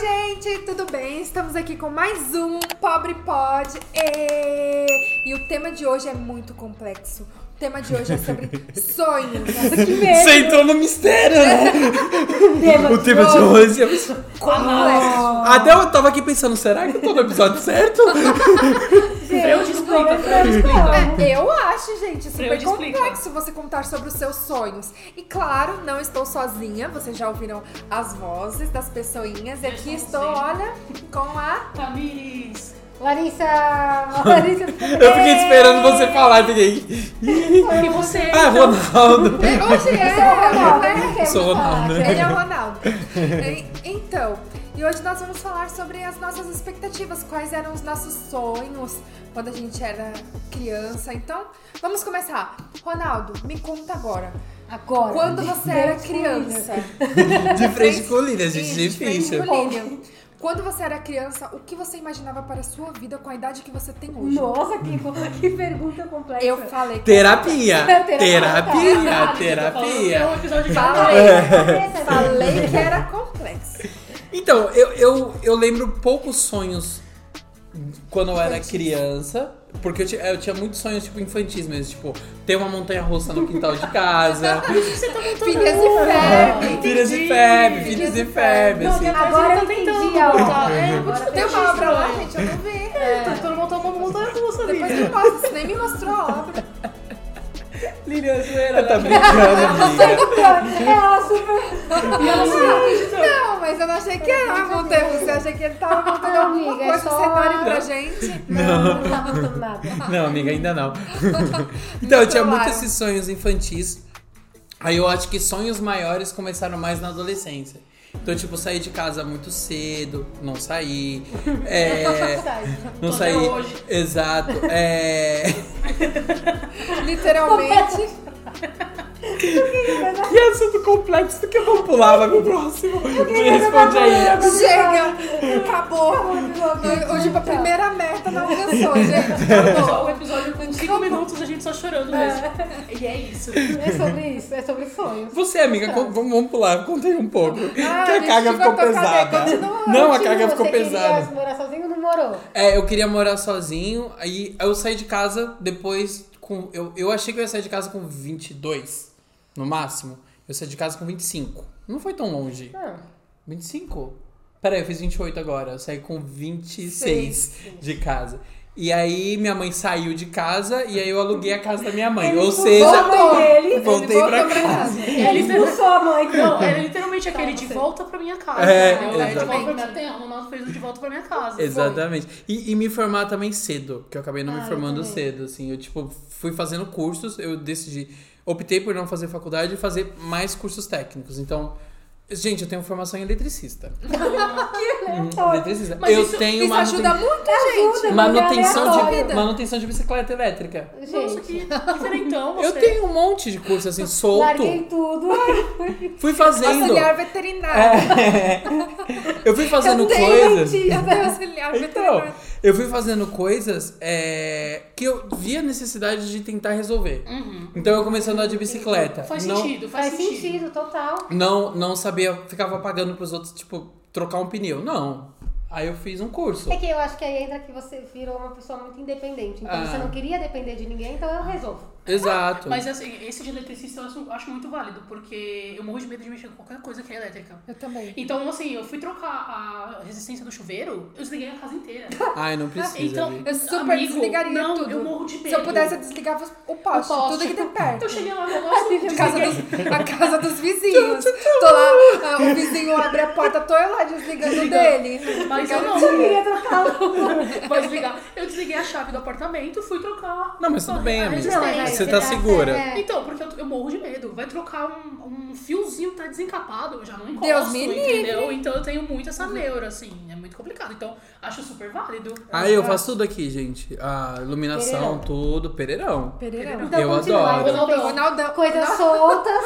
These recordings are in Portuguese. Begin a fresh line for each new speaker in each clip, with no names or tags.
gente, tudo bem? Estamos aqui com mais um Pobre Pod. E, e o tema de hoje é muito complexo. O tema de hoje é sobre sonhos. Nossa, que medo! um
Você entrou no mistério, né? o tema de hoje é...
Complexo.
Ah,
Até eu tava aqui pensando, será que eu tô no episódio certo?
Eu te explico, eu te explico.
É, eu acho, gente, super
te explico.
complexo você contar sobre os seus sonhos. E claro, não estou sozinha. Vocês já ouviram as vozes das pessoinhas. E aqui
não
estou,
sei.
olha, com a
Tamiris.
Larissa. Larissa.
Eu fiquei esperando você falar, fiquei...
E você?
é.
Ah, Ronaldo.
Hoje é o Ronaldo. né?
Sou o Ronaldo, né?
Ele é o Ronaldo. E- Então, e hoje nós vamos falar sobre as nossas expectativas, quais eram os nossos sonhos quando a gente era criança. Então, vamos começar. Ronaldo, me conta agora.
Agora.
Quando você era criança.
De frente com o Lilian, gente, é
Isso, de frente
difícil.
com o Lilian. Quando você era criança, o que você imaginava para a sua vida com a idade que você tem hoje?
Nossa, que, que pergunta complexa.
Eu falei.
Terapia,
Terapia. tá
terapia,
É
terapia.
um episódio de
Falei.
É.
Falei que era complexo.
Então, eu, eu, eu lembro poucos sonhos quando eu era criança. Porque eu, ti- eu tinha muitos sonhos, tipo, infantis mesmo. Tipo, ter uma montanha russa no quintal de casa.
Filhas e
Ah,
febre.
filhas e febre, filhas e febre, assim.
Agora eu
tá
entendi
tentando
a
voltar.
obra.
É,
Agora
Tem uma obra lá, gente, eu não vi.
Tentando voltar
um
uma montanha russa ali.
Depois me mostra, você nem me mostrou a obra.
Lilian Zoeira. Tá brincando, amiga.
Ela super.
Não, mas eu não achei que era uma montanha russa. Eu achei que ele tava montando
Não,
alguma
amiga, é
coisa
só-
cenário pra gente. né?
Não, não tá montando nada.
Não, amiga, ainda não. Então, eu tinha
Claro.
muitos esses sonhos infantis. Aí eu acho que sonhos maiores começaram mais na adolescência. Então, tipo, sair de casa muito cedo, não sair. É, não
Tô
sair.
até hoje.
Exato. É.
Literalmente.
Que assunto complexo do que eu vou pular, vai pro próximo. Me responde aí.
Chega, acabou. Hoje a primeira meta não alcançou, gente.
Só
Acabou.
um episódio com 5 minutos, a gente só chorando mesmo. E é isso.
É sobre isso, é sobre sonhos.
Você, amiga, com- vamos, vamos pular, conta aí um pouco.
Ah,
que a
me
carga
chupa
ficou
a tua cadeia,
pesada.
continua.
Não, a
Continua,
carga ficou
você
pesada.
Queria morar sozinho não morou?
É, eu queria morar sozinho, aí eu saí de casa depois com. Eu, eu achei que eu ia sair de casa com 22, no máximo. Eu saí de casa com 25. Não foi tão longe.
Não.
25? Peraí, eu fiz 28 agora. Eu saí com 26 de casa. E aí minha mãe saiu de casa e aí eu aluguei a casa da minha mãe. Ou
A
seja,
mãe dele.
voltei
Voltou
pra casa.
Ele expulsou a mãe.
É Não, era literalmente aquele de volta pra minha casa.
É,
entendeu? Era de volta pra
exatamente.
minha terra. O Ronaldo fez o de volta pra minha
Ah,
casa.
Exatamente. E, e me formar também cedo, que eu acabei não
Ah,
me
eu
formando
também.
cedo, assim. Eu, tipo, fui fazendo cursos, eu decidi. Optei por não fazer faculdade e fazer mais cursos técnicos. Então, gente, eu tenho formação em eletricista. Uhum.
Aleatório.
eletricista.
Mas
eu
isso-
tenho
Isso ajuda muito, gente.
muito,
manutenção,
muito
de,
aleatório.
manutenção de bicicleta elétrica.
Nossa,
Gente,
que diferentão você.
Eu tenho um monte de curso, assim, solto.
larguei tudo.
Fui fazendo.
Auxiliar veterinário.
É. Eu fui fazendo
eu tenho um
coisas.
tia, eu tenho auxiliar
Então,
veterinário.
eu fui fazendo coisas é, que eu via necessidade de tentar resolver. Então eu comecei a andar de bicicleta.
Faz
não,
sentido, Uhum. faz,
Faz sentido, total.
Não, não sabia, ficava pagando pros outros, tipo, trocar um pneu. Não. Aí eu fiz um curso.
É que eu acho que aí entra que você virou uma pessoa muito independente. Então
Ah.
você não queria depender de ninguém, então eu resolvo.
Exato.
Mas assim, esse de eletricista eu acho, acho muito válido, porque eu morro de medo de mexer com qualquer coisa que é elétrica.
Eu também.
Então, assim, eu fui trocar a resistência do chuveiro, eu desliguei a casa inteira.
Ai, não precisa.
Então,
Vi.
Eu super
amigo,
desligaria
não,
tudo.
eu morro de medo.
Se eu pudesse, eu desligava o poste,
O poste.
tudo que tem
Então,
perto.
eu cheguei lá no negócio,
Casa
desliguei.
dos, a casa dos vizinhos. Tô lá, ah, o vizinho abre a porta, tô eu lá desligando o dele.
Mas eu não,
queria trocá-lo.
vai desligar. Eu desliguei a chave do apartamento, fui trocar.
Não, mas tudo
a-
bem,
a
amiga.
resistência.
Você tá segura.
Então, porque eu, eu morro de medo. Vai trocar um, um fiozinho, tá desencapado, eu já não encosto,
Deus me
entendeu? Então eu tenho muito essa neura, assim, é muito complicado. Então, acho super válido.
Aí eu faço tudo aqui, gente. A iluminação,
Pereirão.
tudo, pereirão.
Pereirão.
Então,
Eu
continua.
adoro.
Você fez
Ronaldão.
Coisas
Nossa,
soltas.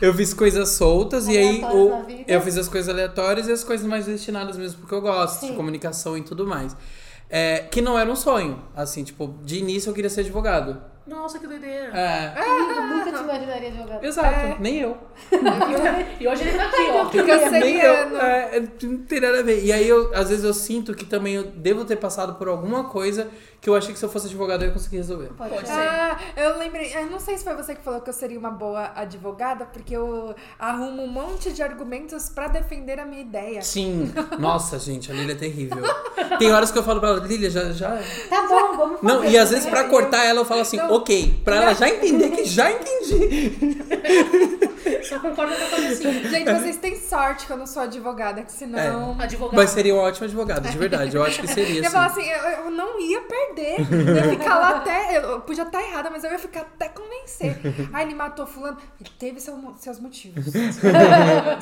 Eu fiz coisas soltas e aí
Aleatórias
o-
na vida.
eu fiz as coisas aleatórias e as coisas mais destinadas mesmo, porque eu gosto de
Sim.
comunicação e tudo mais. É, que não era um sonho, assim, tipo, de início eu queria ser advogado.
Nossa, que doideira.
É.
Amigo, nunca te imaginaria jogando.
Exato,
É.
nem eu.
E hoje ele tá aqui, ó.
Fica
nem
segredo.
eu. É, é, não tem nada a ver. E aí, eu, às vezes, eu sinto que também eu devo ter passado por alguma coisa que eu achei que se eu fosse advogado eu ia conseguir resolver.
Pode
Pode
ser.
ser.
Ah, eu lembrei. Eu não sei se foi você que falou que eu seria uma boa advogada, porque eu arrumo um monte de argumentos pra defender a minha ideia.
Sim. Nossa, gente, a Lilia é terrível. Tem horas que eu falo pra ela, Lilia, já. já...
Tá bom, vamos fazer. né?
Não, e às vezes pra
eu-
cortar ela eu falo assim,
Não.
ok, pra ela já entender que já entendi.
Só concordo com a coisa assim.
Gente, vocês têm sorte que eu não sou advogada, que senão.
Advogado.
Mas seria um ótimo advogado, de verdade. Eu acho que seria.
Eu ia falar
Assim.
assim, eu, eu não ia perder. Eu ia ficar lá até. Eu eu podia estar errada, mas eu ia ficar até convencer. Ah, ele matou fulano. Ele teve seu mo- seus motivos.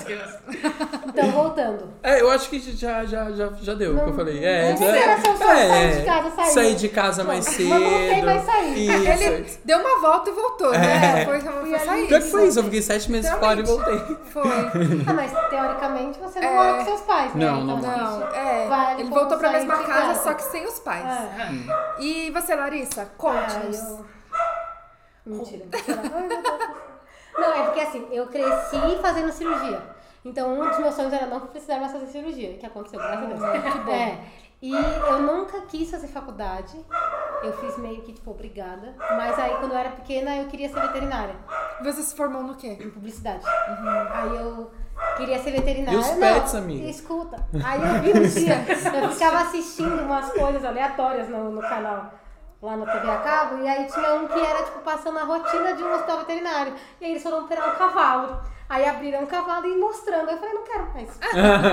Então, voltando.
É, eu acho que já, já, já, já deu o que eu
Não-
falei. É,
não
já- é,
será seu sonho, sair de casa, sair.
sair de casa mais cedo.
Mas voltei, mas saí.
Isso.
Ele deu uma volta e voltou, né?
É.
Foi, foi,
E
só
aí-
Pior que
isso.
foi isso, eu fiquei sete meses fora e
Realmente.
voltei.
Foi.
Ah, mas teoricamente você não
É.
mora com seus pais, né?
Não, não
então,
Não,
isso
é.
vale
ele
como
voltou pra
sair
mesma
de
casa,
casa.
só que sem os pais.
É.
E você, Larissa?
Ah,
Conte-nos.
eu... Mentira, vou chorar. Ai, meu Deus. Não, é porque assim, eu cresci fazendo cirurgia. Então, um dos meus sonhos era não precisar mais fazer cirurgia, que aconteceu, graças a Deus. Que bom. É. E eu nunca quis fazer faculdade. Eu fiz meio que, tipo, obrigada. Mas aí, quando eu era pequena, eu queria ser veterinária,
Você se formou no quê?
em publicidade. Aí eu queria ser veterinária.
E os
Não,
pets, amiga?
Escuta. Aí eu vi um dia, eu ficava assistindo umas coisas aleatórias no, no canal, lá no TV a cabo, e aí tinha um que era, tipo, passando a rotina de um hospital veterinário. E aí eles foram operar um cavalo. Aí abriram um cavalo e mostrando. Eu falei, não quero mais.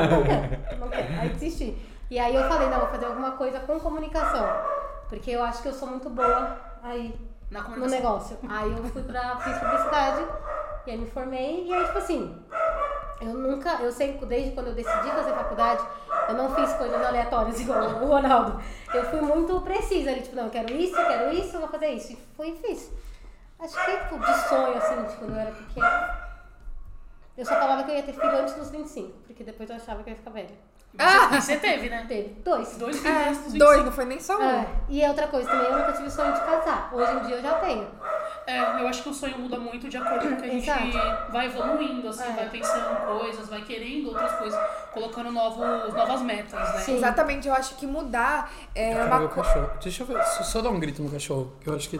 Não quero, não quero. Aí desisti. E aí eu falei, não, vou fazer alguma coisa com comunicação. Porque eu acho que eu sou muito boa aí
Na
no
comunicação.
negócio. Aí eu fui pra, fiz publicidade, e aí me formei, e aí, tipo assim, eu nunca, eu sempre, desde quando eu decidi fazer faculdade, eu não fiz coisas aleatórias igual o Ronaldo. Eu fui muito precisa ali, tipo, não, eu quero isso, eu quero isso, eu vou fazer isso. E fui e fiz. Acho que, tipo, de sonho, assim, tipo, quando eu era pequena. Eu só falava que eu ia ter filho antes dos 25, porque depois eu achava que eu ia ficar velha.
Você, você teve, né?
Teve dois.
Dois filhos antes dos
É,
25.
dois, não foi nem só um.
É, e outra coisa também, eu nunca tive sonho de casar. Hoje em dia eu já tenho.
É, eu acho que o sonho muda muito de acordo com o que a gente
Exato.
vai evoluindo, assim,
É.
vai pensando coisas, vai querendo outras coisas, colocando novos, novas metas, né?
Sim.
Exatamente, eu acho que mudar é
Cara,
uma
meu
coisa.
cachorro. Deixa eu ver, só, só dar um grito no cachorro, que eu acho que.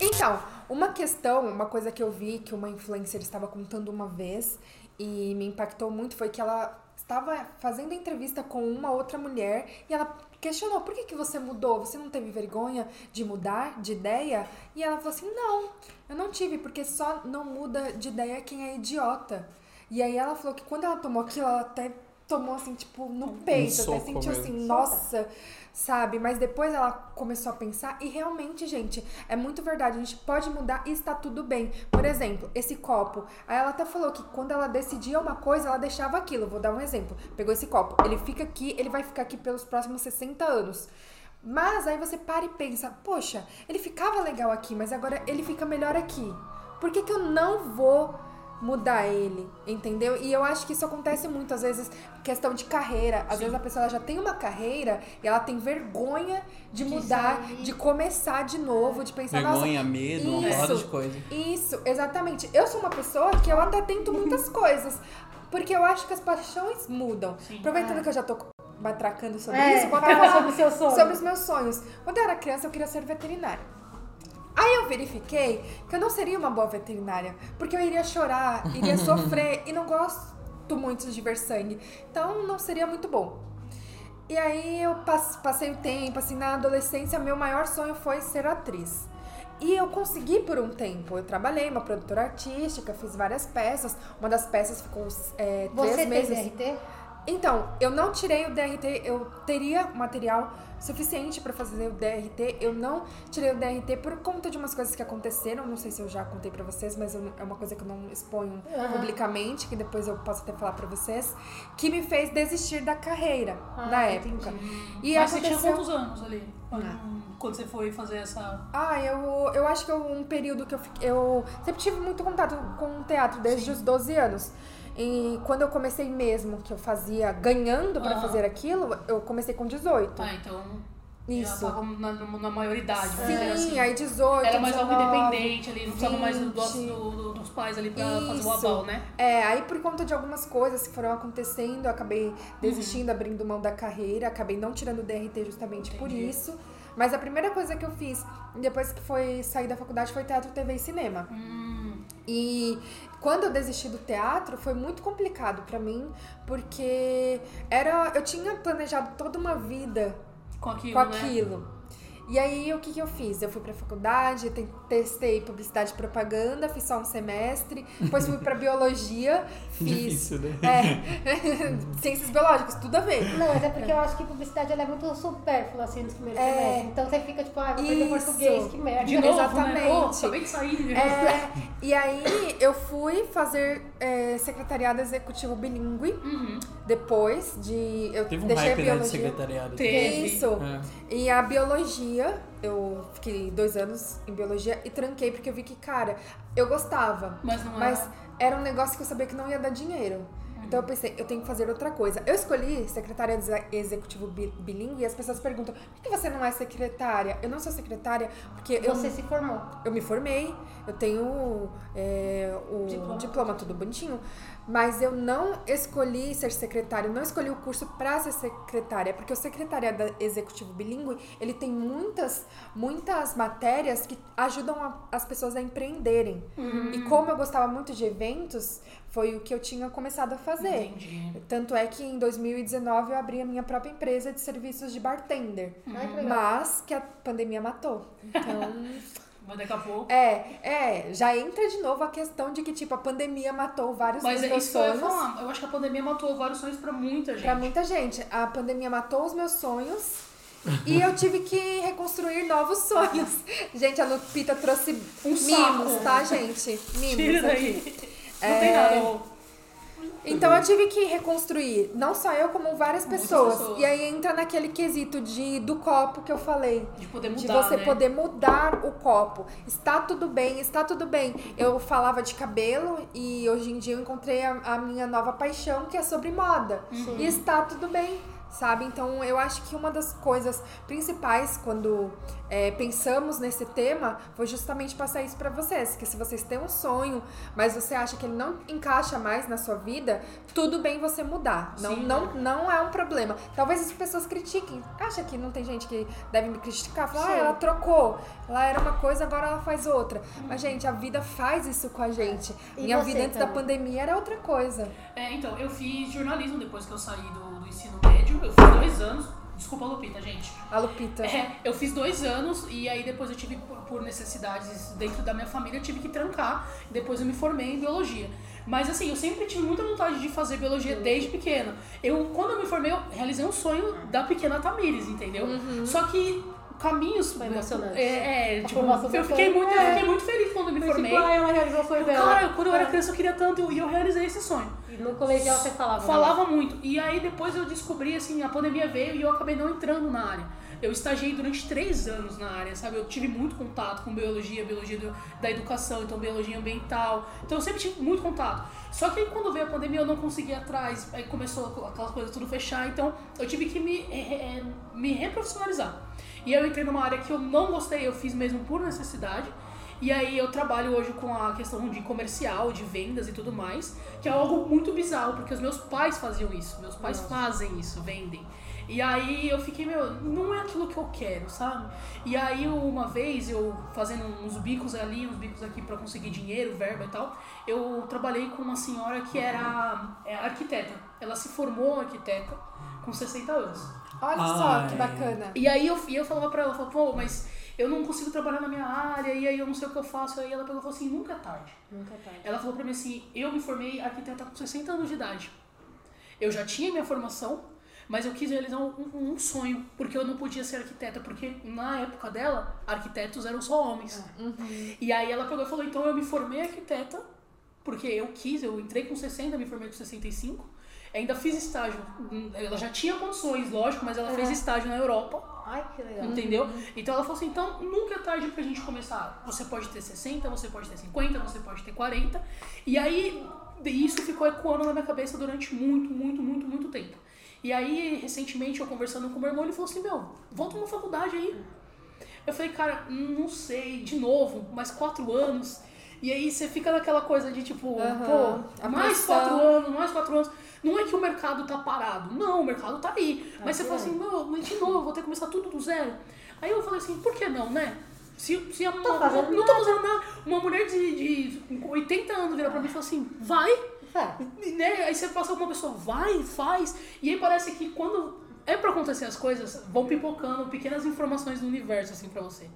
Então, uma questão, uma coisa que eu vi que uma influencer estava contando uma vez e me impactou muito foi que ela estava fazendo entrevista com uma outra mulher e ela questionou: por que, que você mudou? Você não teve vergonha de mudar de ideia? E ela falou assim: não, eu não tive, porque só não muda de ideia quem é idiota. E aí ela falou que quando ela tomou aquilo, ela até tomou assim, tipo, no peito, até
soco
sentiu
mesmo.
assim, nossa, sabe? Mas depois ela começou a pensar e realmente, gente, é muito verdade. A gente pode mudar e está tudo bem. Por exemplo, esse copo. Aí ela até falou que quando ela decidia uma coisa, ela deixava aquilo. Vou dar um exemplo. Pegou esse copo. Ele fica aqui, ele vai ficar aqui pelos próximos 60 anos. Mas aí você para e pensa, poxa, ele ficava legal aqui, mas agora ele fica melhor aqui. Por que, que eu não vou mudar ele, entendeu? E eu acho que isso acontece muito, às vezes, questão de carreira. Às vezes a pessoa ela já tem uma carreira e ela tem vergonha de mudar,
sair.
de começar de novo, de pensar, nossa.
medo, um
isso.
coisa.
Isso, exatamente. Eu sou uma pessoa que eu até tento muitas coisas. Porque eu acho que as paixões mudam.
Sim.
Aproveitando que eu já tô matracando sobre
É,
isso, vou até
fala
falar
sobre o seu sonho.
sobre os meus sonhos. Quando eu era criança, eu queria ser veterinária. Aí eu verifiquei que eu não seria uma boa veterinária, porque eu iria chorar, iria sofrer e não gosto muito de ver sangue. Então não seria muito bom. E aí eu pas- passei o tempo, assim, na adolescência, meu maior sonho foi ser atriz. E eu consegui por um tempo. Eu trabalhei, uma produtora artística, fiz várias peças. Uma das peças ficou é, três
Você
meses.
tem DRT?
Então, eu não tirei o DRT, eu teria material suficiente pra fazer o DRT. Eu não tirei o DRT por conta de umas coisas que aconteceram. Não sei se eu já contei pra vocês, mas eu- é uma coisa que eu não exponho
Aham.
publicamente, que depois eu posso até falar pra vocês, que me fez desistir da carreira
Ah,
na época. E
Mas você tinha
aconteceu.
quantos anos ali? Quando, quando você foi fazer essa.
Ah, eu, eu acho que eu- um período que eu fiquei. Eu sempre tive muito contato com o teatro, desde os 12 anos. E quando eu comecei mesmo, que eu fazia ganhando pra
Aham.
fazer aquilo, eu comecei com 18.
Ah, então.
Isso.
Ela tava na, na maioridade. vamos dizer
Sim, é,
assim.
aí 18.
Era mais algo
19.
independente ali, não precisava mais do, do,
20.
do- dos pais ali pra fazer o
Isso.
aval, né?
É, aí por conta de algumas coisas que foram acontecendo, eu acabei
Uhum.
desistindo, abrindo mão da carreira, acabei não tirando o DRT justamente por
Entendi.
isso. Mas a primeira coisa que eu fiz depois que foi sair da faculdade foi teatro, TV e cinema.
Hum,
E quando eu desisti do teatro foi muito complicado pra mim, porque era eu tinha planejado toda uma vida
com aquilo,
com
né?
aquilo. E aí, o que, que eu fiz? Eu fui pra faculdade, te- testei publicidade e propaganda, fiz só um semestre. Depois fui pra biologia, fiz.
Difícil, né?
É, ciências biológicas, tudo a ver.
Não, mas é porque eu acho que publicidade ela é muito supérflua assim nos primeiros
É.
semestres. Então você fica tipo, ah, vou aprender
Isso.
português, que merda.
De novo,
Exatamente.
né? Pô, acabei de sair.
É, e aí, eu fui fazer é, secretariado executivo bilíngue.
Uhum.
Depois de. Eu
Teve um
deixei a
hype né, de
biologia. Ah.
secretariado.
Teve.
Isso.
É.
E a biologia, eu fiquei dois anos em biologia e tranquei porque eu vi que, cara, eu gostava.
Mas não é.
Mas
era.
era um negócio que eu sabia que não ia dar dinheiro. Então eu pensei, eu tenho que fazer outra coisa. Eu escolhi secretária exe- executivo bi- bilíngue e as pessoas perguntam: por que você não é secretária? Eu não sou secretária porque eu,
Você se formou.
eu me formei, eu tenho é, o
Diploma.
diploma. tudo bonitinho, mas eu não escolhi ser secretária, eu não escolhi o curso pra ser secretária, porque o secretariado executivo bilíngue, ele tem muitas, muitas matérias que ajudam a- as pessoas a empreenderem. E como eu gostava muito de eventos, foi o que eu tinha começado a fazer.
Entendi.
Tanto é que em 2019 eu abri a minha própria empresa de serviços de bartender.
Ai, é que legal.
Mas que a pandemia matou. Então,
Mas daqui a pouco.
é, é, já entra de novo a questão de que, tipo, a pandemia matou vários
Mas
dos
é
meus
isso que eu ia
sonhos.
falar. Eu acho que a pandemia matou vários sonhos pra muita gente.
Pra muita gente, a pandemia matou os meus sonhos e eu tive que reconstruir novos sonhos. Gente, a Lupita trouxe
Um
mimos,
saco.
tá, gente? É. Mimos.
Tira daí.
aqui.
Não tem nada. ô.
Então eu tive que reconstruir, não só eu, como várias
Muitas
pessoas.
pessoas.
E aí entra naquele quesito de, do copo que eu falei.
De poder mudar,
de você
né?
poder mudar o copo. Está tudo bem, está tudo bem. Eu falava de cabelo e hoje em dia eu encontrei a, a minha nova paixão, que é sobre moda.
Uhum.
E está tudo bem, sabe? Então eu acho que uma das coisas principais quando é, pensamos nesse tema foi justamente passar isso pra vocês. Que se vocês têm um sonho, mas você acha que ele não encaixa mais na sua vida, tudo bem você mudar. Não,
Sim.
não, não é um problema. Talvez as pessoas critiquem. Acha que não tem gente que deve me criticar? Falar, ah,
Sim.
ela trocou. Ela era uma coisa, agora ela faz outra. Mas, gente, a vida faz isso com a gente.
E
Minha
você
vida antes da
também?
pandemia era outra coisa.
É, então, eu fiz jornalismo depois que eu saí do, do ensino médio. Eu fiz dois anos. Desculpa, Lupita, gente.
A
Então.
Lupita.
É, eu fiz dois anos e aí depois eu tive, por- por necessidades dentro da minha família, eu tive que trancar. Depois eu me formei em biologia. Mas assim, eu sempre tive muita vontade de fazer
Uhum.
biologia desde pequena. Eu, quando eu me formei, eu realizei um sonho da pequena Tamires, entendeu? Só que caminhos.
Uhum. Foi emocionante.
É, é,
A
tipo,
formação
eu
do
fiquei,
sonho.
muito, eu fiquei muito feliz quando eu me
Foi
formei.
tipo, ah, ela realizou o sonho dela. É.
Cara, quando eu era criança eu queria tanto e eu, e eu realizei esse sonho.
E no colegial você falava. né?
Falava muito. E aí depois eu descobri, assim, a pandemia veio e eu acabei não entrando na área. Eu estagiei durante três anos na área, sabe? Eu tive muito contato com biologia, biologia do- da educação, então biologia ambiental. Então eu sempre tive muito contato. Só que aí quando veio a pandemia eu não consegui ir atrás, aí começou aqu- aquelas coisas tudo fechar, então eu tive que me, eh, eh, me reprofissionalizar. E aí eu entrei numa área que eu não gostei, eu fiz mesmo por necessidade. E aí eu trabalho hoje com a questão de comercial, de vendas e tudo mais, que é algo muito bizarro, porque os meus pais faziam isso, meus pais fazem isso, vendem. E aí eu fiquei, meu, não é aquilo que eu quero, sabe? E aí uma vez eu fazendo uns bicos ali, uns bicos aqui pra conseguir dinheiro, verba e tal, eu trabalhei com uma senhora que era é, arquiteta. Ela se formou arquiteta com 60 anos.
Olha
Ai.
só que bacana.
E aí eu, e eu falava pra ela, eu falava, pô, mas eu não consigo trabalhar na minha área, e aí eu não sei o que eu faço. Aí ela pegou e falou assim, nunca é tarde.
Nunca tarde.
Ela falou pra mim assim, eu me formei arquiteta com 60 anos de idade. Eu já tinha minha formação, mas eu quis realizar um, um- um sonho, porque eu não podia ser arquiteta, porque na época
Ah, uhum.
dela, arquitetos eram só homens. E aí ela pegou e falou, então eu me formei arquiteta porque eu quis, eu entrei com 60, me formei com 65. Ainda fiz estágio. Hum, Ela já tinha condições, lógico, mas ela
É.
fez estágio na Europa.
Ai, que legal.
Entendeu? Então ela falou assim: então nunca é tarde pra gente começar. Você pode ter 60, você pode ter 50, você pode ter 40. E aí isso ficou ecoando na minha cabeça durante muito, muito, muito, muito tempo. E aí, recentemente, eu conversando com meu irmão, ele falou assim: meu, volta uma faculdade aí. Eu falei, cara, hum, não sei, de novo, mais quatro anos. E aí você fica naquela coisa de tipo,
Aham,
pô,
a
mais
pressão.
quatro anos, mais quatro anos. Não é que o mercado tá parado. Não, o mercado tá aí. mas você fala assim, meu, mas de novo, vou ter que começar tudo do zero. Aí eu falei assim, por que não, né? Se, se a uma-
fazendo
não tô fazendo nada. Uma mulher de, de 80 anos vira pra mim e fala assim, vai,
Tá.
né? Aí você passa alguma pessoa, vai, faz. E aí parece que quando é pra acontecer as coisas, vão pipocando pequenas informações do universo, assim, pra você.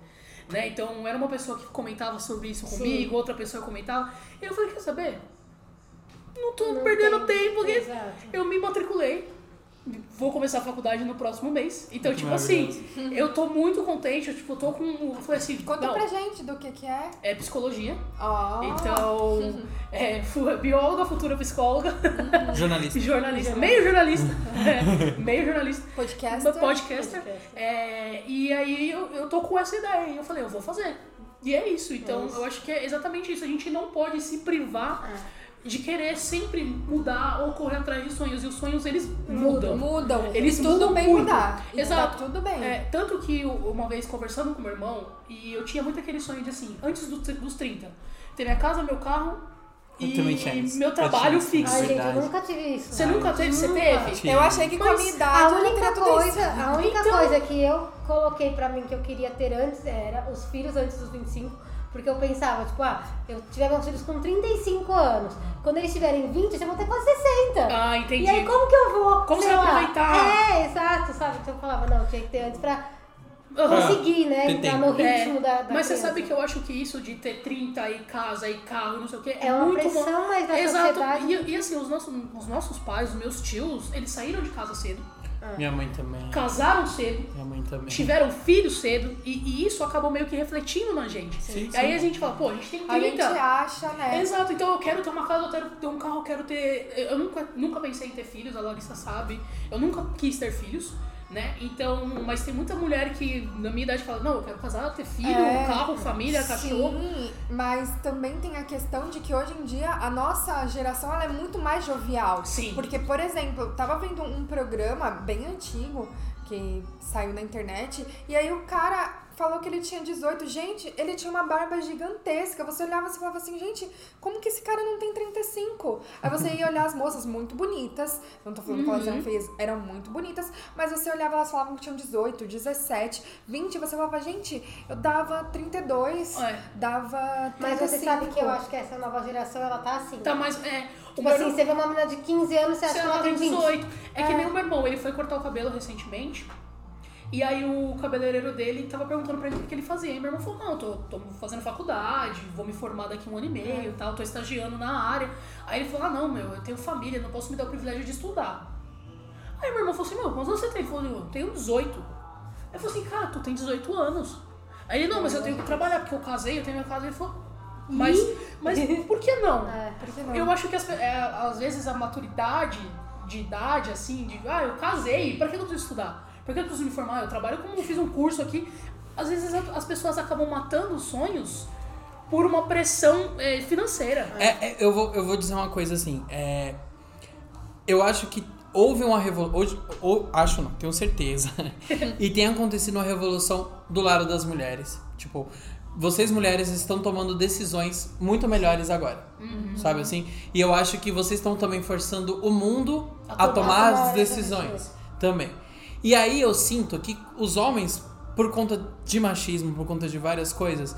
Né? Então, era uma pessoa que comentava sobre isso comigo, outra pessoa comentava. E eu falei, quer saber? Não tô
Não
perdendo
tem-
tempo. porque
Exato.
Eu me matriculei. Vou começar a faculdade no próximo mês. Então, tipo assim, eu tô muito contente. Eu, tipo, tô com... Eu falei assim,
Conta
não,
pra gente do que que é.
é psicologia.
Ó.
Então, é fu- bióloga, futura psicóloga.
Jornalista.
Jornalista, meio jornalista. É, meio jornalista.
Podcaster.
Podcaster.
Podcaster.
É, e aí eu, eu tô com essa ideia. E eu falei, eu vou fazer. E é isso. Então eu acho que é exatamente isso. A gente não pode se privar de querer sempre mudar ou correr atrás de sonhos. E os sonhos, eles mudam.
Mudam.
Eles
E tudo
mudam
bem
muito.
mudar. E
Exato.
Tá tudo bem.
É, tanto que eu- uma vez conversando com meu irmão, e eu tinha muito aquele sonho de assim, antes do- dos 30, ter minha casa, meu carro
Eu
e
também tinha isso.
meu
Eu tinha
trabalho
isso.
fixo.
Ai, gente, eu
Verdade.
nunca tive isso.
Você nunca teve? Você
Nunca.
teve?
Tinha.
Eu achei que com a
Mas
minha
A
idade eu não teria
única
tudo isso.
coisa, a única
Então-
coisa que eu coloquei pra mim que eu queria ter antes era os filhos antes dos 25, porque eu pensava, tipo, ah, eu tiver meus filhos com 35 anos, quando eles tiverem 20, eu já vou ter quase 60.
Ah, entendi.
E aí como que eu vou?
Como
sei
você vai
lá?
aproveitar?
É, exato, sabe? Então eu falava, não, tinha que ter antes pra
Aham.
conseguir, né,
Tem
entrar
tempo.
no
É,
ritmo da, da
mas você
criança.
sabe que eu acho que isso de ter 30 e casa e carro e não sei o que é,
É uma
muito bom.
pressão, mas na
Exato.
sociedade-
E, e assim, os nossos, os nossos pais, os meus tios, eles saíram de casa cedo,
Minha mãe também.
casaram cedo,
Minha mãe também.
tiveram filho cedo e, e isso acabou meio que refletindo na gente.
Sim,
e aí
sim.
a gente fala, pô, a gente tem 30.
A
é
gente acha, né?
Exato, então eu quero ter uma casa, eu quero ter um carro, eu quero ter. Eu nunca, nunca pensei em ter filhos, a Larissa sabe. Eu nunca quis ter filhos, né? Então, mas tem muita mulher que na minha idade fala: não, eu quero casar, ter filho, um
É.
carro, família, cachorro.
Sim, mas também tem a questão de que hoje em dia a nossa geração ela é muito mais jovial.
Sim.
Porque, por exemplo, eu tava vendo um programa bem antigo que saiu na internet e aí o cara falou que ele tinha 18. Gente, ele tinha uma barba gigantesca. Você olhava e você falava assim, gente, como que esse cara não tem 35? Aí você ia olhar as moças muito bonitas. Não tô falando que elas eram feias, eram muito bonitas. Mas você olhava, elas falavam que tinham 18, 17, 20. Você falava, gente, eu dava 32,
É.
dava 35.
Mas você sabe que eu acho que essa nova geração, ela tá assim.
assim, Tá, mas é. O
Tipo
meu
assim, você vê uma menina de 15 anos, você acha que ela tem 20.
18. É, que nem o meu irmão, ele foi cortar o cabelo recentemente. E aí o cabeleireiro dele tava perguntando pra ele o que ele fazia. E meu irmão falou, não, eu tô, tô fazendo faculdade, vou me formar daqui um ano e meio e tal, tô estagiando na área. Aí ele falou, ah não, meu, eu tenho família, não posso me dar o privilégio de estudar. Aí meu irmão falou assim, meu, quantos anos você tem? Ele falou, eu tenho 18. Eu falei assim, cara, tu tem 18 anos. Aí ele, não, mas eu tenho que trabalhar, porque eu casei, eu tenho minha casa. Ele falou, mas, mas por que não?
É.
Por que não?
Eu acho que as pe- é, às vezes a maturidade de idade, assim, de ah, eu casei, pra que eu preciso estudar? Pra que eu preciso me formar? Eu trabalho como eu fiz um curso aqui. Às vezes a- as pessoas acabam matando os sonhos por uma pressão é, financeira.
É, é, eu, vou, eu vou dizer uma coisa assim. é, eu acho que houve uma revolução. Acho não, tenho certeza. e tem acontecido uma revolução do lado das mulheres. Tipo, vocês mulheres estão tomando decisões muito melhores agora.
Uhum.
Sabe assim? E eu acho que vocês estão também forçando o mundo
A
a,
tomar-
tomar
tomar
as
as
decisões também. E aí eu sinto que os homens, por conta de machismo, por conta de várias coisas,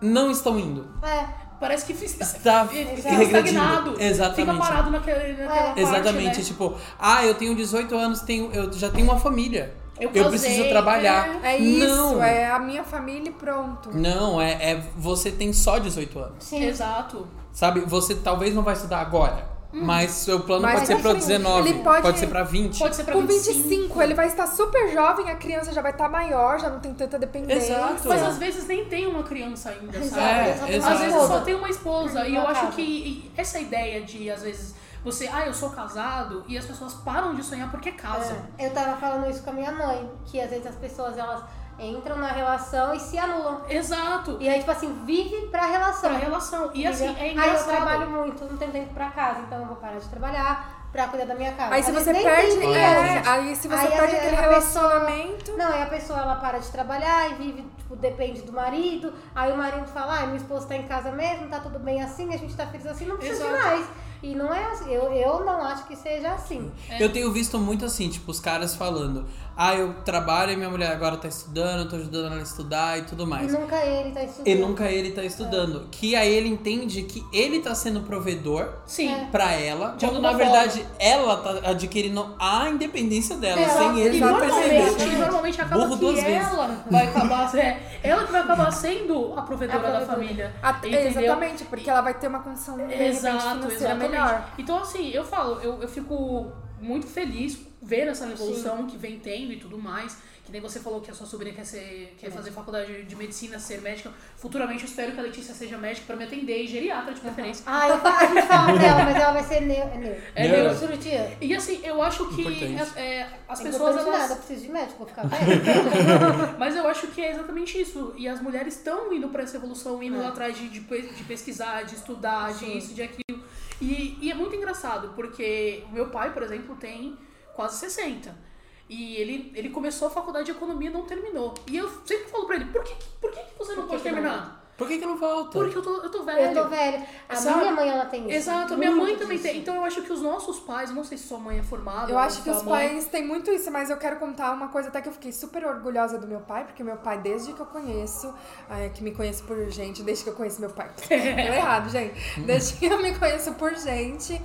não estão indo.
É,
Parece que fica,
Está
fica
Tá regredindo.
Tá estagnado. Fica
Exatamente. É,
parado naquele, naquela parte,
Exatamente,
né?
tipo, ah, eu tenho 18 anos, tenho, eu já tenho uma família.
Eu
Eu,
casei,
preciso trabalhar.
É isso,
não,
é a minha família e pronto.
Não, é, é você tem só 18 anos.
sim.
Exato.
Sabe? Você talvez não vai estudar agora. Mas seu plano
Mas
pode ser
pra
pra
frente.
19,
Ele
pode...
pode-
ser pra 20.
Pode ser pra
Com
25.
25, ele vai estar super jovem, a criança já vai estar maior, já não tem tanta dependência.
Exato.
Mas às vezes nem tem uma criança ainda,
Exato,
sabe?
É,
exatamente.
exato.
Às vezes só tem uma esposa. E eu
Uma
acho
casa.
que e- essa ideia de, às vezes, você, ah, eu sou casado, e as pessoas param de sonhar porque casam.
Eu tava falando isso com a minha mãe, que às vezes as pessoas elas entram na relação e se anulam.
Exato.
E aí, tipo assim, vive pra relação.
Pra relação. E assim,
entendeu?
é
aí eu
engraçado.
trabalho muito, não tenho tempo pra casa, então eu vou parar de trabalhar pra cuidar da minha casa.
Aí se
Às
você
vezes nem tem
perde.
criança.
é, aí se você
Aí,
perde
aí,
aquele
a pessoa-
relacionamento.
Não, aí a pessoa ela para de trabalhar e vive, tipo, depende do marido. Aí o marido fala, ah, meu esposo tá em casa mesmo, tá tudo bem assim, a gente tá feliz assim, não precisa de
Exato.
mais. E não é assim, eu, eu não acho que seja assim.
Eu tenho visto muito assim, tipo, os caras falando: Ah, eu trabalho e minha mulher agora tá estudando, eu tô ajudando ela a estudar e tudo
E
mais.
nunca ele tá estudando.
E nunca ele tá estudando. Que aí ele entende que ele tá sendo provedor
Sim.
É.
pra ela,
De
quando
alguma
na verdade ela tá adquirindo a independência dela,
É,
sem ele
E
já
normalmente,
perceber.
exatamente.
normalmente acaba
Burro duas
que
vezes.
ela vai acabar. É, ela que vai acabar sendo a provedora
A
da
provedora.
família.
A-
entendeu?
exatamente, porque ela vai ter uma condição de repente,
Exato,
financeira
exatamente.
melhor.
Então, assim, eu falo, eu, eu fico muito feliz vendo essa evolução que vem tendo e tudo mais. Que nem você falou que a sua sobrinha quer, ser, quer fazer faculdade de medicina, ser médica. Futuramente eu espero que a Letícia seja médica pra me atender e geriatra de preferência.
Ah, eu, fa- a gente fala dela, mas ela vai ser neu. É neu.
É
Neuro.
Cirurgia.
E assim, eu acho que
Importante.
é, é, as
Não
pessoas.
importante
elas-
nada, eu preciso de médico, vou ficar velha.
Mas eu acho que é exatamente isso. E as mulheres estão indo pra essa evolução, indo
É.
lá atrás de, de, pe- de pesquisar, de estudar, de isso, de aquilo. E, e é muito engraçado, porque o meu pai, por exemplo, tem quase 60. E ele, ele começou a faculdade de economia e não terminou. E eu sempre falo pra ele, por que, por que, que você não
Por que
pode
que não?
terminar?
Por que, Tá. que não volta?
Porque eu tô, eu tô velho.
Eu tô velha. A
Sabe?
minha mãe, ela tem isso.
Exato, a minha mãe
Muito
também
disso.
tem. Então eu acho que os nossos pais, não sei se sua mãe é formada.
Eu
ou
acho que
sua
os
mãe-
pais têm muito isso, mas eu quero contar uma coisa até que eu fiquei super orgulhosa do meu pai, porque meu pai, desde que eu conheço, é, que me conheço por gente, desde que eu conheço meu pai, deu errado, gente, desde que eu me conheço por gente,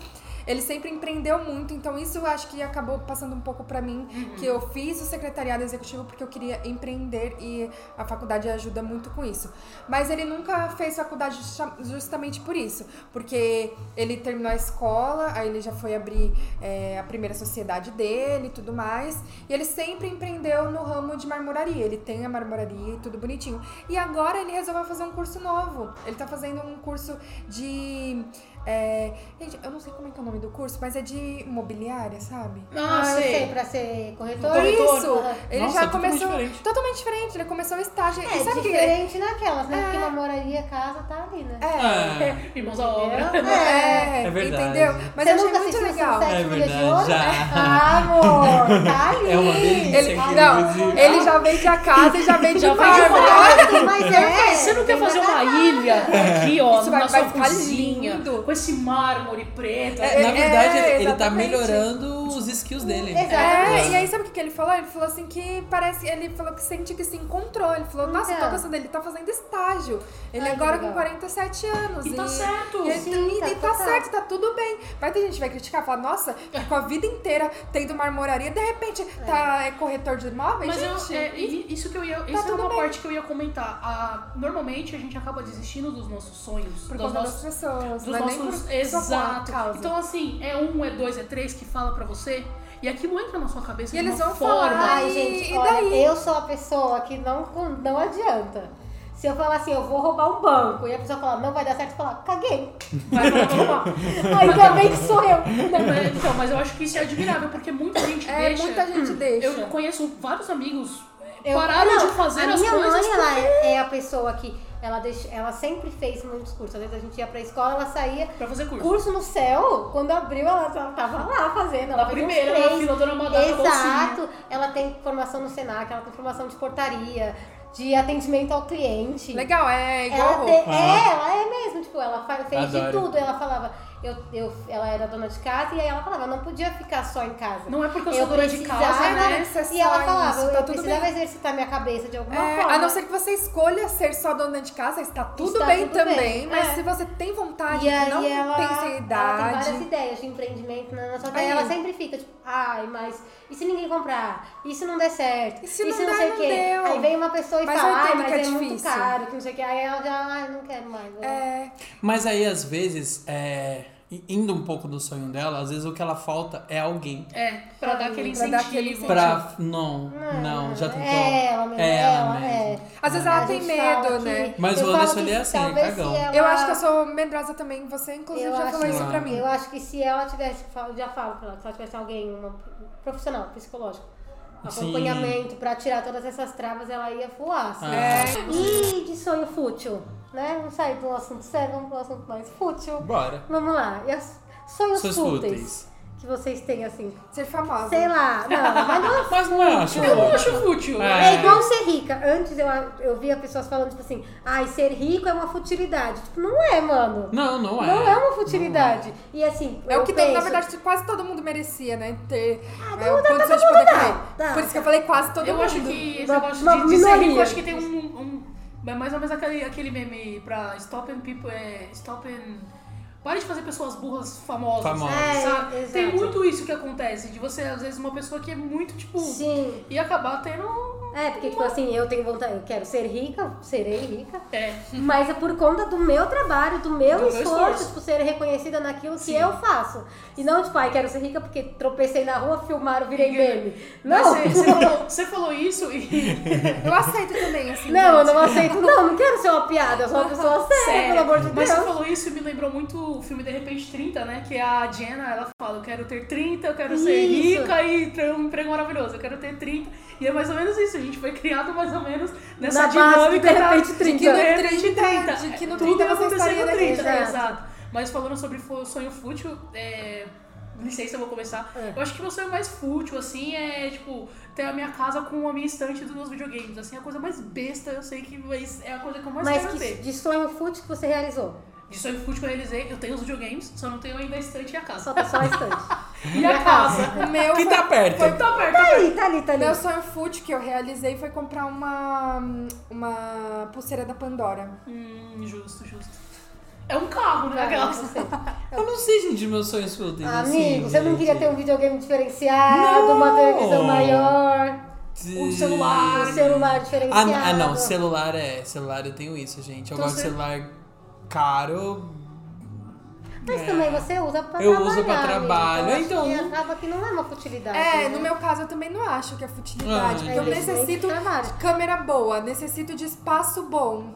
ele sempre empreendeu muito, então isso eu acho que acabou passando um pouco pra mim,
Uhum.
que eu fiz o secretariado executivo porque eu queria empreender e a faculdade ajuda muito com isso. Mas ele nunca fez faculdade justa- justamente por isso, porque ele terminou a escola, aí ele já foi abrir é, a primeira sociedade dele e tudo mais. E ele sempre empreendeu no ramo de marmoraria. Ele tem a marmoraria e tudo bonitinho. E agora ele resolveu fazer um curso novo. Ele tá fazendo um curso de. é, gente, eu não sei como é que é o nome do curso, mas é de imobiliária, sabe?
Ah,
eu
sei.
sei, pra ser corretora. Uhum.
Corretor.
Isso! Ele
Nossa,
já
é totalmente
começou.
diferente.
totalmente diferente, Ele começou o estágio.
É,
e sabe o que
diferente daquelas, né? Porque
É.
uma moraria, casa, tá ali, né?
É.
Ah,
Irmãos à obra.
É,
É verdade.
entendeu? Mas
Você
eu achei
nunca
muito
assistiu
legal.
Sunset
É
Milhas de
verdade,
Ouro?
já.
Ah, amor, tá ali.
É uma delícia.
Ele,
aquilo,
não,
inclusive.
ele já vende a casa e já vende
Já
já
vende
Mas,
o
mas é,
Você não quer
tem
fazer
nada
uma
errado.
ilha aqui, ó,
Isso
na
vai-
sua
vai ficar
cozinha,
lindo.
com esse mármore preto?
É,
Na verdade,
é,
ele tá
exatamente.
melhorando os skills dele.
Exato.
É, e aí sabe o que, que ele falou? Ele falou assim que parece. Ele falou que sente que se encontrou. Ele falou, nossa, eu tô
Então.
gostando dele, ele tá fazendo estágio. Ele
Ai, que
agora com
legal.
47 anos.
E tá certo.
E, ele-
Sim,
e
tá
tá,
total.
certo, tá tudo bem. Vai ter gente que vai criticar, falar, nossa, ficou a vida inteira tendo marmoraria, de repente tá é corretor de imóveis,
Mas eu-
gente.
é, i- isso que eu ia, isso é
tá tudo
uma
bem.
parte que eu ia comentar. Ah, normalmente a gente acaba desistindo dos nossos sonhos,
por
dos
conta das
nossos,
pessoas,
dos
não é nem por
nossos
sua
exato.
causa.
Então assim, é um, é dois, é três que fala pra você e aquilo entra na sua cabeça
E
de
eles
uma
vão
forma.
falar.
Ai,
E-
gente,
e
olha,
daí?
eu sou a pessoa que não, não adianta. Se eu falar assim, eu vou roubar um banco, e a pessoa falar, não vai dar certo, eu falar, caguei.
Vai falar, "Vamos lá."
Ainda bem que sou eu.
Mas, então, mas eu acho que isso é admirável porque muita gente
é,
deixa.
muita gente deixa.
Eu conheço vários amigos é,
Eu-
pararam
não,
de fazer
a
as
minha
coisas.
mãe, ela é, é a pessoa que ela, deixa, ela sempre fez muitos cursos. Às vezes a gente ia pra escola, ela saía
Pra fazer curso.
Curso no céu, quando abriu, ela já tava lá fazendo. Ela
A
fez uns
primeira
três.
na fila do Ramadá com a bolsinha.
Exato. Ela tem formação no Senac, ela tem formação de portaria, de atendimento ao cliente.
assim,
Legal, é igual
Ela
roupa.
tem- é, ela é mesmo, tipo, ela fa- fez de
Adoro.
tudo. Ela falava, eu, eu, ela era dona de casa e aí ela falava, eu não podia ficar só em casa.
Não é porque eu sou dona de casa,
precisava-
né? Isso é
E ela
só
falava,
isso, tá
eu
tudo
precisava
bem.
exercitar minha cabeça de alguma
É,
forma.
a não ser que você escolha ser só dona de casa, está tudo
Está
bem
tudo
também.
bem,
Mas
é.
se você tem vontade,
E aí
não
ela,
tem sua
ela tem
idade.
várias ideias de empreendimento, né? só que aí
Aí.
ela sempre fica tipo, ai, mas e se ninguém comprar? E se não der certo?
E se não der,
sei o
não
quê?
deu.
Aí vem uma pessoa e
Mas eu
fala, ai,
entendo
mas
que é
é, muito
difícil.
caro, que não sei o quê. Aí ela já, ai, não quero mais. né?
É,
Mas aí, às vezes, é, i- indo um pouco do sonho dela, às vezes o que ela falta é alguém.
É, pra dar aquele
Pra
incentivo.
dar aquele incentivo.
Pra. Não, não, já tentou.
É ela mesmo.
É ela
é.
mesmo.
Às vezes
A
ela tem
gente fala
medo,
que-
né?
Mas
eu
o
falo
Anderson,
que
ele é assim,
talvez
cagão.
se ela-
Eu acho que eu sou medrosa também. Você, inclusive, já falou isso pra mim.
Eu acho que se ela tivesse, eu já falo pra ela, se ela tivesse alguém, uma profissional, psicológico, um
Sim.
acompanhamento pra tirar todas essas travas, ela ia voar. Assim.
Ah.
É.
E de sonho fútil, né? Vamos sair do assunto sério, vamos pro assunto mais fútil.
Bora.
Vamos lá. E as- sonhos
Sonhos
fúteis,
fúteis.
que vocês têm, assim.
Ser famosa.
Sei lá, não, mas não
Mas não é, acho.
Eu não acho fútil.
É.
É igual ser rica. Antes eu, eu via pessoas falando, tipo assim, ai, ser rico é uma futilidade. Tipo, não é, mano.
Não, não é.
Não é uma futilidade. E assim,
É o que,
tem
todo- na verdade, quase todo mundo merecia, né? Ter é,
Ah, todo-
condições de
todo
poder
mundo
comer.
dá. Dá.
Por isso que eu falei quase todo
Eu
mundo.
acho que esse
Uma-
negócio
uma
de, de ser rico,
minoria.
eu acho que tem um, um- É mais ou menos aquele, aquele meme pra stop and people. É, stop and. Pare de fazer pessoas burras famosas.
Famosas.
É,
sabe?
exato.
Tem muito isso que acontece. De você, às vezes, uma pessoa que é muito, tipo.
Sim.
E acabar tendo.
É, porque, tipo assim, eu tenho vontade, eu quero ser rica, serei rica.
É.
Mas é por conta do meu trabalho, do meu
Do meu
esforço,
esforço.
tipo, ser reconhecida naquilo que eu faço. E não, tipo, ai, quero ser rica porque tropecei na rua, filmaram, virei meme.
Mas
Não,
Você, você falou, você falou isso e.
Eu aceito também, assim.
não, eu
gente.
não aceito, não, não quero ser uma piada, eu sou uma pessoa séria, pelo amor de Deus.
Mas você falou isso e me lembrou muito o filme De Repente 30, né? Que a Jenna, ela fala, eu quero ter 30, eu quero ser
Isso.
rica e ter um emprego maravilhoso, eu quero ter 30. E é mais ou menos isso, a gente foi criado mais ou menos
Na
nessa
base do
dinâmica
De Repente 30.
da, de que no
De
30,
30,
30.
de que no
é, Tudo
30 você
aconteceu
estaria
no 30,
naquele
é, exato.
lugar.
Mas falando sobre fo- sonho fútil, é... Licença, eu vou começar.
É.
Eu acho que meu sonho mais fútil, assim, é, tipo, ter a minha casa com a minha estante dos meus videogames. Assim, a coisa mais besta, eu sei que mas é a coisa que eu mais
Mas
quero
que
ter.
de sonho fútil que você realizou.
De sonho fútil que eu realizei, eu tenho os videogames, só não tenho ainda a estante e a casa.
Só, só um instante.
E a casa.
O meu
Que tá perto.
Foi tão perto.
Tá ali, tá ali, tá ali.
Meu sonho fútil que eu realizei foi comprar uma, uma pulseira da Pandora.
Hum, justo, justo. É um carro, né? Aquelas.
Eu não sei, gente, meus sonhos fúteis.
Amigo,
assim,
você não
gente.
queria ter um videogame diferenciado,
Não.
uma televisão maior,
um celular.
um celular diferenciado.
Ah, ah, não, celular é. Celular eu tenho isso, gente. Eu
Então
gosto de
você-
celular caro.
Mas
É.
também você usa pra
Eu
trabalhar.
uso pra
amigo.
trabalho,
Eu acho
então-
que acaba que não é uma futilidade.
É,
né?
no meu caso eu também não acho que é
Ah,
futilidade, porque eu
entendi.
necessito de
Trabalho.
câmera boa, necessito de espaço bom.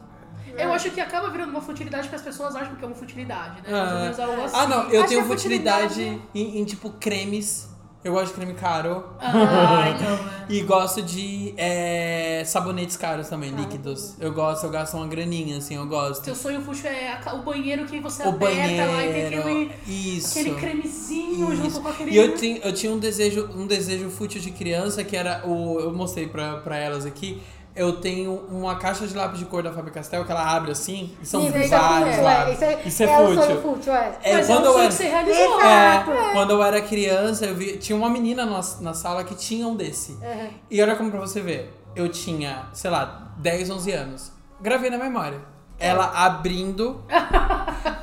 Eu acho que acaba virando uma futilidade que as pessoas acham que é uma futilidade, né?
Ah.
Mais ou menos algo assim.
Ah, não, eu
Acho que
tenho
a
futilidade,
futilidade-
Em, em, tipo cremes. Eu gosto de creme caro.
Ah, então, né?
E gosto de é, sabonetes caros também, líquidos. Eu gosto, eu gasto uma graninha, assim, eu gosto.
Seu sonho fútil é a ca- o banheiro que você
O
aperta lá e tem
banheiro.
aquele,
Isso.
aquele cremezinho junto com aquele.
E eu, tinha- eu tinha um desejo, um desejo fútil de criança, que era o. Eu mostrei pra, pra elas aqui. Eu tenho uma caixa de lápis de cor da Faber Castell que ela abre assim, e são
Isso,
vários
isso é fútil, é.
lápis.
Isso é,
Isso é
é
fútil.
o sonho fútil, é.
É,
Mas é um
quando eu
sonho
era-
que você realizou.
É, quando eu era criança, eu vi. Tinha uma menina na, na sala que tinha um desse.
Uhum.
E olha como pra você ver. Eu tinha, sei lá, 10, 11 anos. Gravei na memória. Ela abrindo,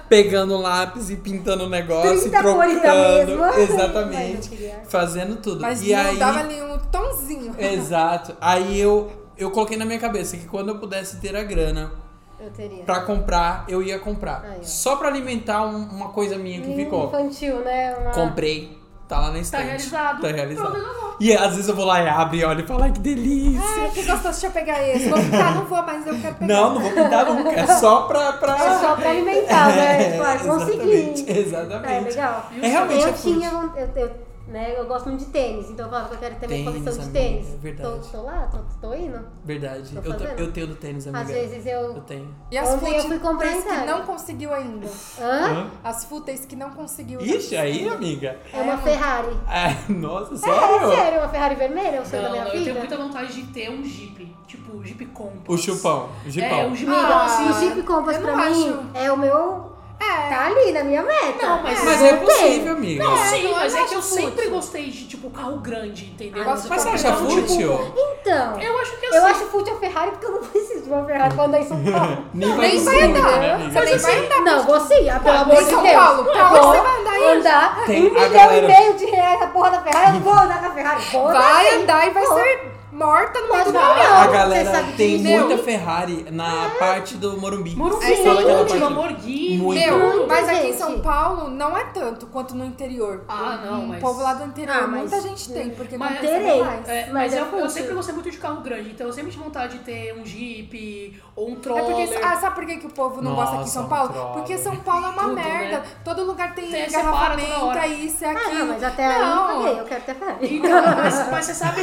pegando um lápis e pintando o negócio, e
30 cores da
trocando.
mesma.
Exatamente.
Ai, meu Deus.
Fazendo tudo.
Mas
e
não
aí. É.
dava ali um tonzinho.
Exato. Aí eu, eu coloquei na minha cabeça que quando eu pudesse ter a grana
Eu teria.
pra comprar, eu ia comprar.
Aí, ó.
Só pra alimentar um- uma coisa minha que ficou.
Hum, Infantil, né? Uma...
Comprei. Tá lá na estante.
realizado.
Tá realizado.
Pronto, acabou.
E às vezes eu vou lá e abro e olho e falo, ai que delícia.
Ai, Ah, que gostoso, deixa eu pegar esse. Vou ficar, não vou, mas eu quero É, pegar. um
Não, não vou pintar nunca. É só pra. pra...
É só pra alimentar, né? Tipo,
É,
ai,
exatamente.
consegui. É
Exatamente.
legal.
É realmente
eu
é fútil.
tinha von- eu, eu, né, eu gosto muito de tênis, então eu falava que eu quero ter minha
Tênis,
coleção de
amiga,
tênis.
é verdade.
Tô, tô lá, tô, tô indo.
Verdade.
Tô
Eu, tô-
fazendo.
eu tenho do tênis, amiga.
Às vezes
Eu
eu.
tenho.
E as
Ontem eu
fúteis
fui comprar em
que
casa.
não conseguiu ainda.
Hã?
As fúteis que não conseguiu. ainda.
Ixi, aí, amiga.
É uma Ferrari.
Ah, nossa,
É
sério?
sério, uma Ferrari vermelha, é o sonho da
Não,
minha
não, eu
vida.
tenho muita vontade de ter um Jeep. Tipo, Jeep Compass.
O chupão. O jipão.
É, um Jeep
Ah,
Compass,
Assim,
assim,
o Jeep Compass
eu não
pra mim
acho.
é o meu.
É.
Tá ali na minha meta.
Não, mas-
Mas
eu
é
tenho.
possível, amiga.
Não,
É,
sim,
eu
mas é
acho
que eu
fútil.
sempre gostei de, tipo, carro grande, entendeu?
Ah, mas
Mas você acha
Então, tipo,
fútil?
Então, eu,
Eu acho que assim.
acho fútil a Ferrari porque eu não preciso de uma Ferrari quando andar em São Paulo.
Nem
Nem vai
conseguir,
andar.
né, amiga?
Você nem vai andar.
Não, vou sim, ah, pelo amor
em
de
São
Deus.
Paulo, pra onde
Vou
você vai andar aí?
andar
Tem
um
a
milhão
galera-
e meio de reais na porra da Ferrari, eu não vou andar com a Ferrari. Foda-se.
Vai andar e vai
Foda-se.
ser morta no meio
Pode
do
falar.
caminhão.
A
Você
galera
sabe
tem
dirigir?
muita Ferrari na parte do Morumbi.
Ah. Morumbi,
Vocês falam aquela parte
Última,
do-
Morguinho.
é tipo, Muito.
Meu,
Muita
mas aqui em
gente.
São Paulo não é tanto quanto no interior.
Ah, não,
O
mas-
povo lá do interior,
Ah, mas-
muita gente tem, porque
Mas-
não tem
Terei.
mais.
É,
Mas
mas
é
eu, eu
fútil.
sempre
assim-
gostei muito de carro grande, então eu sempre tive vontade de ter um Jeep ou um
É
troller.
porque, ah, sabe por que, que o povo não gosta aqui em São
Nossa,
Paulo?
trola.
Porque São Paulo é uma
Tudo,
merda.
né?
Todo lugar tem
Tem- separa toda
engarrafamento,
hora.
é isso, é
Ah,
aquilo.
não, mas até aí eu
não.
paguei. Eu quero ter Ferrari.
Então, mas, mas você sabe.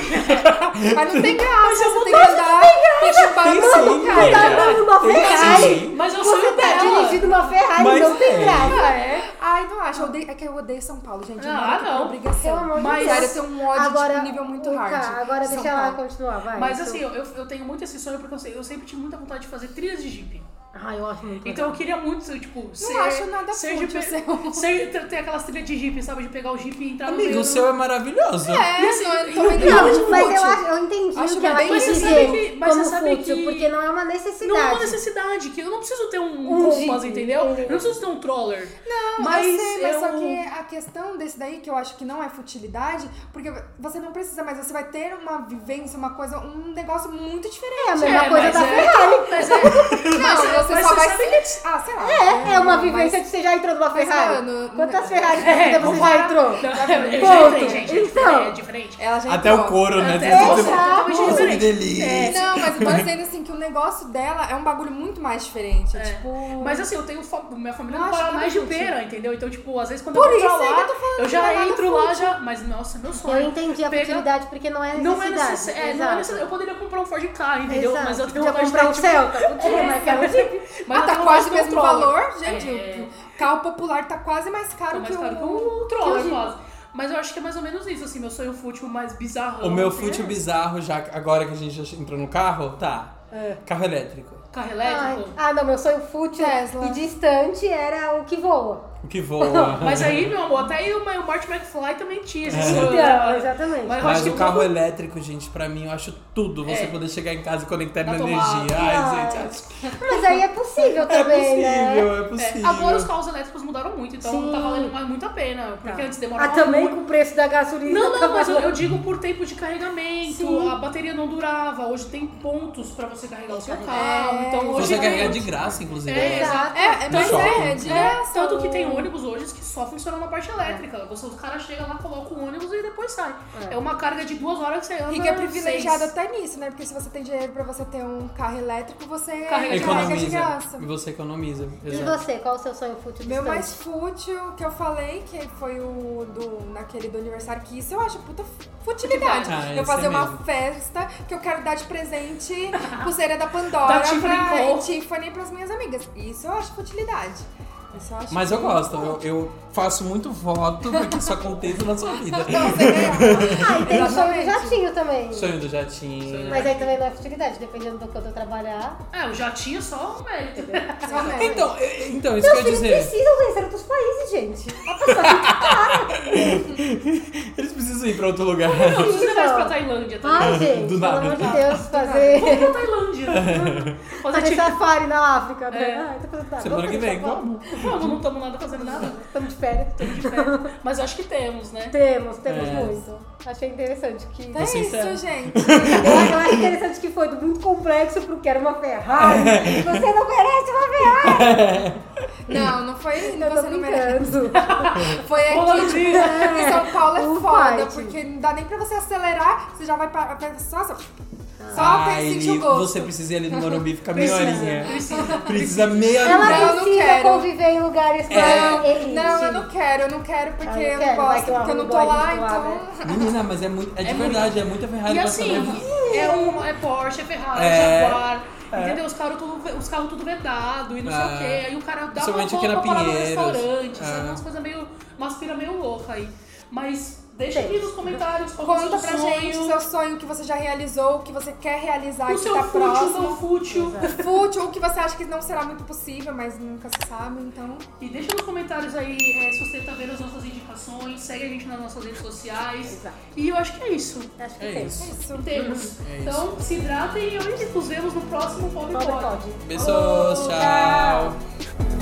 Mas não tem graça, você tem que andar, tem que chupar
Tem
no seu
sim,
lugar.
velho.
Tá andando uma
Tem
Ferrari.
sim.
Mas eu sou
Você tá
dela.
dirigindo uma Ferrari,
Mas
não tem
é.
graça.
Ai, não acho. Eu odeio- é que eu odeio São Paulo, gente. Eu
Ah,
moro aqui por
não.
Pelo
obrigação.
amor de
Mas
Deus.
sério, eu tenho um ódio de tipo, nível muito
o
hard.
cara, Agora
São
deixa ela
Paulo.
continuar, vai.
Mas
Isso-
assim, eu, eu tenho muito esse sonho porque eu, sei- eu sempre tive muita vontade de fazer trilhas de Jeep.
Ai, eu acho muito
Então eu queria muito, ser, tipo, ser.
Uhum. acho nada
ser
fútil, um
de
seu.
pe... ser ter, ter aquelas trilhas de Jeep, sabe? De pegar o Jeep e entrar no
Amigo,
meio
o
do-
seu é maravilhoso.
É,
assim,
não, eu tô
eu-
vendo
Não,
muito
mas eu,
fútil.
acho, eu entendi
Acho
o que ela
bem-
quis
Mas
você
dizer
sabe que- mas
como
você sabe
fútil,
que-
porque não é uma necessidade.
Não é uma necessidade, que eu não preciso ter um,
Um
Compass,
Jeep,
entendeu? Eu não
entendeu?
preciso ter um troller. Não,
Mas, eu sei, mas só que a questão desse daí, que eu acho que não é futilidade, porque você não precisa, mas você vai ter uma vivência, uma coisa, um negócio muito diferente.
É a mesma
É,
coisa
mas
da
é.
Ferrari.
Mas é.
Não, você
mas
só
você
vai
sabe-
se... Ah, sei lá.
É, é uma
Não,
vivência
mas-
que você já entrou numa
mas,
Ferrari.
mano,
Quantas
não-
Ferraris na vida você
vamos
já
lá.
entrou?
É
Ponto.
diferente, gente.
Então.
É diferente.
Ela já
Até o
entrou.
couro, né?
Até-
Tem
Exato.
totalmente
Nossa,
diferente.
que
delícia.
É.
Não, mas eu tô dizendo assim que o negócio dela é um bagulho muito mais diferente. É. Tipo.
Mas assim, eu tenho. fa- Minha família
Eu
não
acho
para mais de
nada útil.
pera, entendeu? Então, tipo, às vezes quando
Por
eu vou
isso
pra
aí
lá,
que eu tô falando que não é
já
nada
entro lá já. Mas, nossa, meu sonho.
Eu entendi a
Pega-
futilidade, porque não é
Não é
necessidade.
necessário. É, não é
Exato.
necessário. Eu poderia comprar um Ford Ka, entendeu?
Exato.
Mas eu tenho
Podia
vontade
comprar um
de ter, tipo,
Celta, podia, mas é um Jeep.
mas
ah,
eu
tá
tenho
quase o
vontade de ter
mesmo
um Troller.
valor, gente.
É.
O carro popular tá quase mais caro,
Tá mais caro que
o.
um Troller,
que o-
quase. Mas eu acho que é mais ou menos isso, assim, meu sonho fútil mais bizarro.
O meu fútil bizarro, já que- agora que a gente já entrou no carro, tá.
É.
Carro elétrico.
Carro
Ai,
elétrico.
Ah, não, meu sonho fútil
Tesla.
e distante era o que voa.
O que voa.
Mas aí, meu amor, até aí o Ma- o Marty McFly também tinha esse sonho.
Então, exatamente.
Mas eu acho
Mas
que
o carro
tudo-
elétrico, gente, pra mim, eu acho tudo. Você
É.
poder chegar em casa e conectar
Na
na
tomada.
energia.
Ai.
Ai, gente, acho...
Mas aí é possível
é
também, né?
possível, é
Tá É,
possível.
agora os carros elétricos mudaram muito, então
Sim.
tá valendo mais muito a pena. Porque
Tá.
antes
Ah,
demorava
também
muito.
com o preço da gasolina.
Não, não,
tava-
mas eu, eu digo por tempo de carregamento,
Sim.
a bateria não durava, hoje tem pontos pra você carregar o seu carro,
É.
então hoje
Você
tem-
carregar de graça, inclusive.
É,
né?
exato.
É, é
No
mas
shopping.
é, de
É,
graça.
tanto que tem
Então.
ônibus hoje que só funciona na parte
É.
elétrica. Você, os caras chegam lá, colocam o ônibus e depois sai. É. uma carga de duas horas que você anda.
Rica é privilegiado
seis.
até nisso, né? Porque se você tem dinheiro pra você ter um carro elétrico, você
Carrega de
carrega é de
Economiza.
graça.
E você economiza.
E
Exato.
você, qual o seu sonho fútil
Meu
distante?
Então.
mais fútil que eu falei, que foi o do naquele do aniversário que isso eu acho puta futilidade.
Ah, esse
eu fazer
é
uma
mesmo.
festa que eu quero dar de presente pulseira
Tá
da Pandora
Da Tiffany
pra
Cole.
e Tiffany pras minhas amigas. Isso eu acho futilidade. Isso eu acho
Mas eu gosto, eu, eu faço muito voto pra que isso aconteça na sua vida.
Então, você ganhou.
Ah, e tem o sonho do
Exatamente.
jatinho também.
Sonho do jatinho.
Mas aí também não é futilidade, dependendo do quanto eu trabalhar.
É, eu já tinha só um mérito.
Só merda.
Então, é- então, isso
Meus
quer
filhos
dizer,
precisam conhecer outros países, gente.
eles precisam ir pra outro lugar.
Não, se você
Então.
vai pra Tailândia também.
Ai, gente,
Do
pelo
nada.
amor de Deus, fazer,
Pra Tailândia. Fazer
fazer
tipo.
safari na África, né?
É.
Ai, tô fazendo nada.
Semana
Vamos
que
pra
vem, então?
São Paulo.
vamos.
Não, não estamos nada fazendo nada.
Estamos de férias.
Estamos de férias. Mas eu acho que temos, né?
Temos, temos
É.
muito. Achei interessante que...
É
Você encerra.
isso, gente.
Eu acho interessante que foi do muito complexo pro quero uma Ferrari. Você não merece uma Ferrari.
Não, não foi.
Eu tô
você não merece.
brincando.
Foi
Olá,
aqui.
Rodrigo.
Em São Paulo é
Um
foda,
fight.
porque não dá nem pra você acelerar, você já vai pra. pra- Só, só,
Ah,
só tem
Ai,
sentir o gosto.
você precisa ir ali no Morumbi ficar meia horinha.
Precisa. Precisa.
Precisa meia
Ela
horinha.
eu não
precisa
quero.
conviver em lugares
É.
mais
é
elite.
Não, eu não quero, eu não quero porque
É, Ah, eu
eu não
quero, vai
gosto,
que eu
porque eu não
arrumo
tô
um
lá,
boy muito lá,
então.
Menina, mas é muito. É de verdade, é muita Ferrari
E
pra
assim,
saber.
é, um, é Porsche, é Ferrari,
É.
Jaguar. Entendeu? Os carros tudo, os carros tudo vedado e não sei o
É.
quê. Aí o cara dá uma
Principalmente
volta
aqui na
pra parar no
Pinheiros.
restaurante.
É.
Sabe? Umas coisas meio. Umas pira meio louca aí. Mas deixa
Tem.
aqui nos comentários qual que é o
Conta pra
seu sonho,
gente o seu sonho que você tá já realizou, o que você quer realizar e
o
que
seu
tá
fútil, o
próximo.
seu fútil.
Fútil, ou que você acha que não será muito possível, mas nunca se sabe, então.
E deixa nos comentários aí é, se você tá vendo as nossas indicações. Segue a gente nas nossas redes sociais.
Exato.
E eu acho que é isso.
Acho que
É
tem.
É
isso.
isso.
Temos.
É isso.
então se hidratem e hoje nos vemos no próximo Pobre
Pobre
Pod.
pode.
Beijos,
Falou,
tchau.
tchau.